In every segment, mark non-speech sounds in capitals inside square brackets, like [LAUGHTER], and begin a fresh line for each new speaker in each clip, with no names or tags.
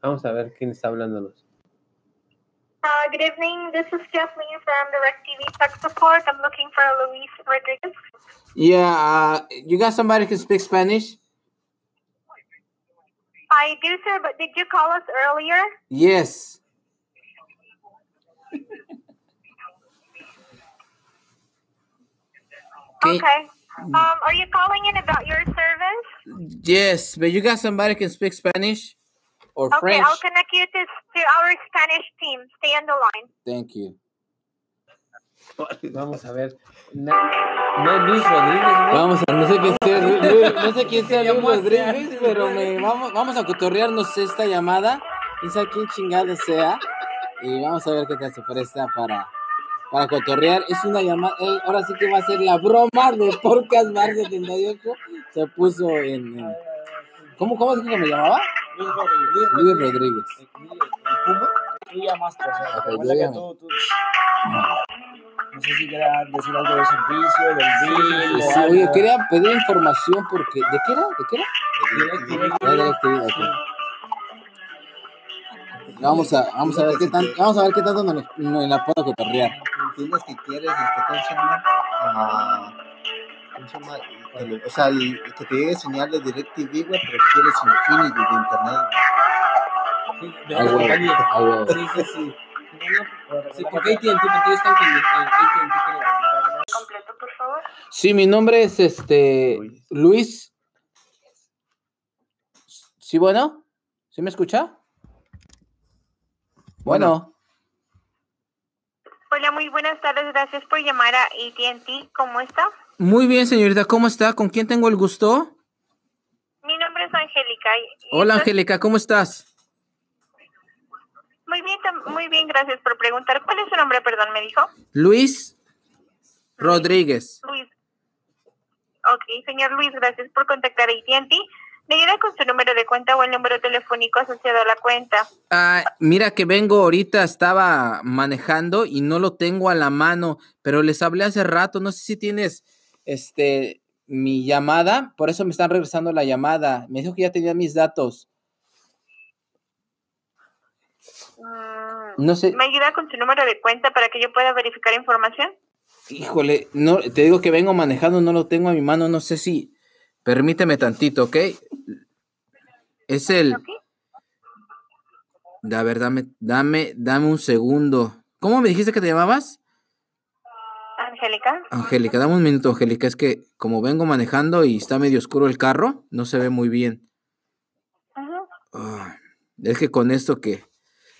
Vamos a ver quién está hablándonos.
Uh, good evening. This is Kathleen from DirecTV Tech Support. I'm looking for Luis Rodriguez.
Yeah, uh, you got somebody who can speak Spanish?
I do, sir, but did you call us earlier?
Yes. Okay.
Okay. Um, are you calling in about your service?
Yes, but you got somebody who can speak Spanish or
Okay,
French?
I'll connect you to, to our Spanish team. Stay on the line.
Thank you.
Vamos a ver. Na- no, Luis Rodríguez, güey.
Vamos a, no sé quién sea, Lu- Lu- no sé quién
[LAUGHS]
sea
Se llamó
Luis
hacia
Rodríguez,
Luis
pero me, vamos, vamos a cotorrearnos esta llamada. Quién sabe quién chingada sea. Y vamos a ver qué tal se presta para, para cotorrear. Es una llamada. él ahora sí que va a ser la broma de Podcast Mar 78. Se puso en. en- ¿cómo, ¿Cómo es que me llamaba?
Luis Rodríguez.
Luis Rodríguez.
Tú llamaste, o sea,
Ok,
te
yo
cuenta que
llamé.
tú- tú- No sé si quieras decir algo del servicio, del bill.
Sí, oye, quería pedir información porque. ¿De qué era? ¿De qué era? Ya, ya, ya, ya, ya. Vamos a, vamos a ver qué tan, vamos a ver qué tanto nos, nos la puedo cotorrear.
entiendes que quieres, este, ¿cómo se llama? Ah, ¿Cómo se llama? El- o sea, el, que te llegue señal de DirecTV, güey, pero quieres Infinity de internet.
De
Ah,
otra
huevo,
compañía.
ah, huevo.
Sí, sí, sí. No, no, Sí, porque AT&T, porque ellos están con eh, AT&T, creo.
Completo, por favor.
Sí, mi nombre es este Luis. Sí, bueno. ¿Sí me escucha? Bueno,
Hola, muy buenas tardes. Gracias por llamar a AT&T. ¿Cómo está?
muy bien, señorita. ¿Cómo está? ¿Con quién tengo el gusto?
Mi nombre es Angélica. y- y
Hola,
estoy-
Angélica. ¿Cómo estás?
Muy bien, tam- muy bien. Gracias por preguntar. ¿Cuál es su nombre, perdón, me dijo?
Luis Rodríguez.
Luis. Ok, señor Luis, gracias por contactar a AT&T. ¿Me ayuda con su número de cuenta o el número telefónico asociado a la cuenta?
Ah, mira que vengo ahorita, estaba manejando y no lo tengo a la mano, pero les hablé hace rato, no sé si tienes este mi llamada, por eso me están regresando la llamada. Me dijo que ya tenía mis datos.
Mm,
No sé,
¿Me ayuda con su número de cuenta para que yo pueda verificar información?
híjole, no te digo que vengo manejando, no lo tengo a mi mano, no sé si permíteme tantito, ¿ok? Es el
Ok.
A ver, dame, dame, dame un segundo. ¿Cómo me dijiste que te llamabas?
Angélica.
Angélica, dame un minuto, Angélica. Es que como vengo manejando y está medio oscuro el carro, no se ve muy bien.
Ujú.
Ah, es que con esto que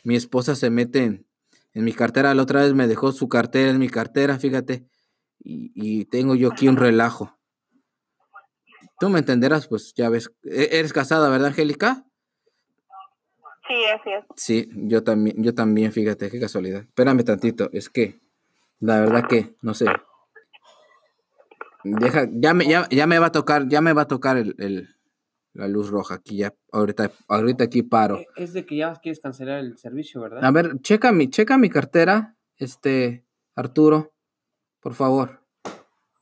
mi esposa se mete en, en mi cartera, la otra vez me dejó su cartera en mi cartera, fíjate. Y, y tengo yo aquí un relajo. Tú me entenderás, pues ya ves. E- Eres casada, ¿verdad, Angélica?
Sí, así es.
Sí, yo también, yo también, fíjate, qué casualidad. Espérame tantito, es que la verdad que no sé. Deja, ya me, ya, ya me va a tocar, ya me va a tocar el, el- la luz roja aquí ya. Ahorita, ahorita aquí paro.
Eh, Es de que ya quieres cancelar el servicio, ¿verdad?
A ver, checa mi, checa mi cartera, este, Arturo, por favor.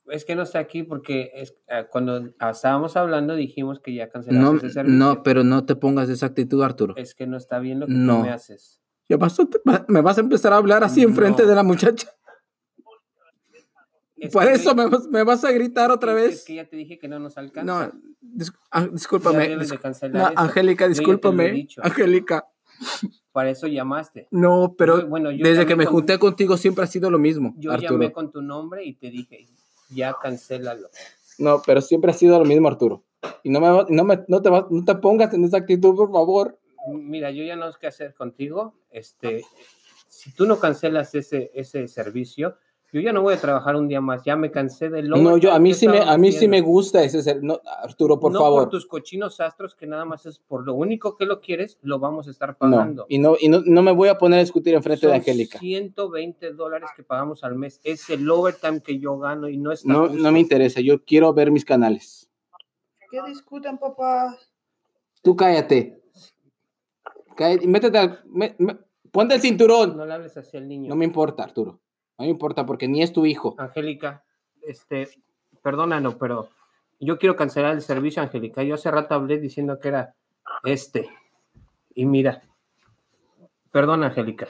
Es que no está aquí porque es, eh, cuando estábamos hablando dijimos que ya
No,
cancelaste el servicio.
no, pero no te pongas de esa actitud, Arturo.
Es que no está bien lo que
No.
tú me haces.
Ya vas a- me vas a empezar a hablar así enfrente
No.
de la muchacha.
Es
Por
que
eso
yo-
me, vas- me vas a gritar otra
es-
vez.
Es que ya te dije que no nos alcanza.
No, dis- ah,
Ya
discúlpame.
debes de
discú-
cancelar
no,
eso.
Angélica,
Yo ya te lo he
discúlpame.
dicho.
Angélica,
Para eso llamaste.
no, pero
Yo- bueno, yo
desde
llamé
que me
con-
junté contigo siempre ha sido lo mismo,
Yo
Arturo.
llamé con tu nombre y te dije, ya cancélalo.
No, pero siempre ha sido lo mismo, Arturo. Y no, me, va- no, me- no te, vas- no te pongas en esa actitud, por favor.
Mira, yo ya no sé qué hacer contigo. Este, si tú no cancelas ese, ese servicio, yo ya no voy a trabajar un día más. Ya me cansé del lobo
no, yo a
que
mí sí me, a
estaban
mí sí me
haciendo.
gusta ese ser. No, Arturo, por
no
favor.
por tus cochinos astros que nada más es por lo único que lo quieres, lo vamos a estar
No,
pagando.
y no, y no, no me voy a poner a discutir enfrente
Son
de Angélica.
120 dólares que pagamos al mes. Es el overtime que yo gano y no está
No,
justo.
no me interesa, yo quiero ver mis canales.
¿Qué discuten, papá?
Tú cállate. Cállate, métete al- me- me- ponte el cinturón.
No le hables hacia el niño.
No me importa, Arturo. No me importa porque ni es tu hijo.
Angélica, este, perdónanos, pero yo quiero cancelar el servicio, Angélica. Yo hace rato hablé diciendo que era este. Y mira, perdón, Angélica.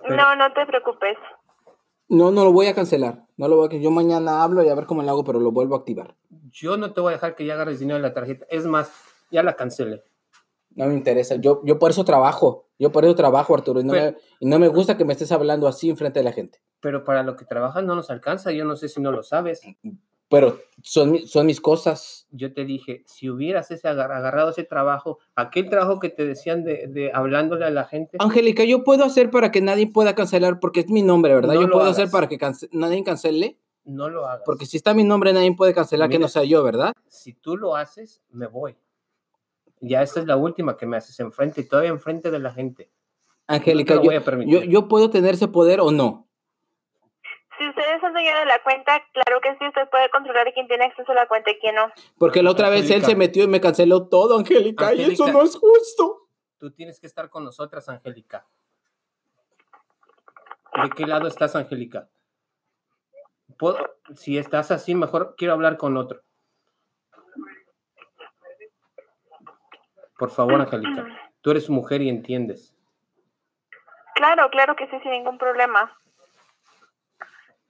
Pero-
No, no te preocupes.
No, no lo voy a cancelar. No lo voy a can- Yo mañana hablo y a ver cómo lo hago, pero lo vuelvo a activar.
Yo no te voy a dejar que ya agarres dinero de la tarjeta. Es más, ya la cancelé.
No me interesa. Yo, yo por eso trabajo. Yo por eso trabajo, Arturo. Y no,
Pero-
me, y no me gusta que me estés hablando así enfrente de la gente.
Pero para lo que trabajas no nos alcanza. Yo no sé si no lo sabes.
Pero son, mi- son mis cosas.
Yo te dije, si hubieras ese agar- agarrado ese trabajo, aquel trabajo que te decían de, de hablándole a la gente,
Angélica, yo puedo hacer para que nadie pueda cancelar porque es mi nombre, ¿verdad?
No
yo
lo
puedo
hagas.
hacer para que cance- nadie cancele.
no lo hagas.
Porque si está mi nombre, nadie puede cancelar que
Mira.
no sea yo, ¿verdad?
si tú lo haces, me voy. Ya esta es la última que me haces enfrente y todavía enfrente de la gente.
Angélica,
no te lo
yo,
voy a permitir.
yo, yo puedo tener ese poder o no.
Si usted es el dueño de la cuenta, claro que sí, usted puede controlar quién tiene acceso a la cuenta y quién no.
Porque la otra vez él
Angélica.
se metió y me canceló todo, Angélica, y eso
Angélica.
no es justo.
Tú tienes que estar con nosotras, Angélica. ¿De qué lado estás, Angélica? Puedo- Si estás así, mejor quiero hablar con otro. Por favor, Angélica. Tú eres mujer y entiendes.
Claro, claro que sí, sin ningún problema.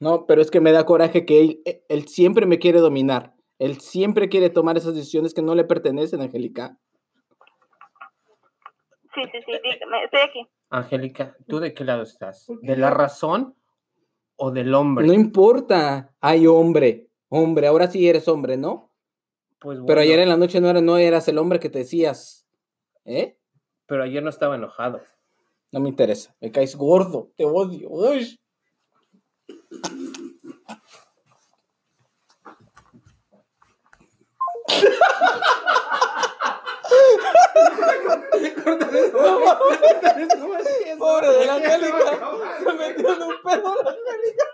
No, pero es que me da coraje que él, e- él siempre me quiere dominar. Él siempre quiere tomar esas decisiones que no le pertenecen, Angélica.
Sí, sí, sí, dígame, estoy aquí.
Angélica, ¿tú de qué lado estás?
¿Por qué
¿De la
yo?
razón o del hombre?
No importa. Ay, hombre, hombre, ahora sí eres hombre, ¿no?
Pues
Pero
bueno,
ayer en la noche no, era, no eras el hombre que te decías. ¿Eh?
pero ayer no estaba enojado.
No me interesa. Me caes gordo. Te odio. Uy. Pobre de la Angélica. Se metió en un pedo la Angélica.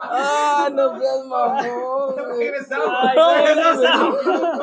Ah, no seas mamón. güey. Ay, güey.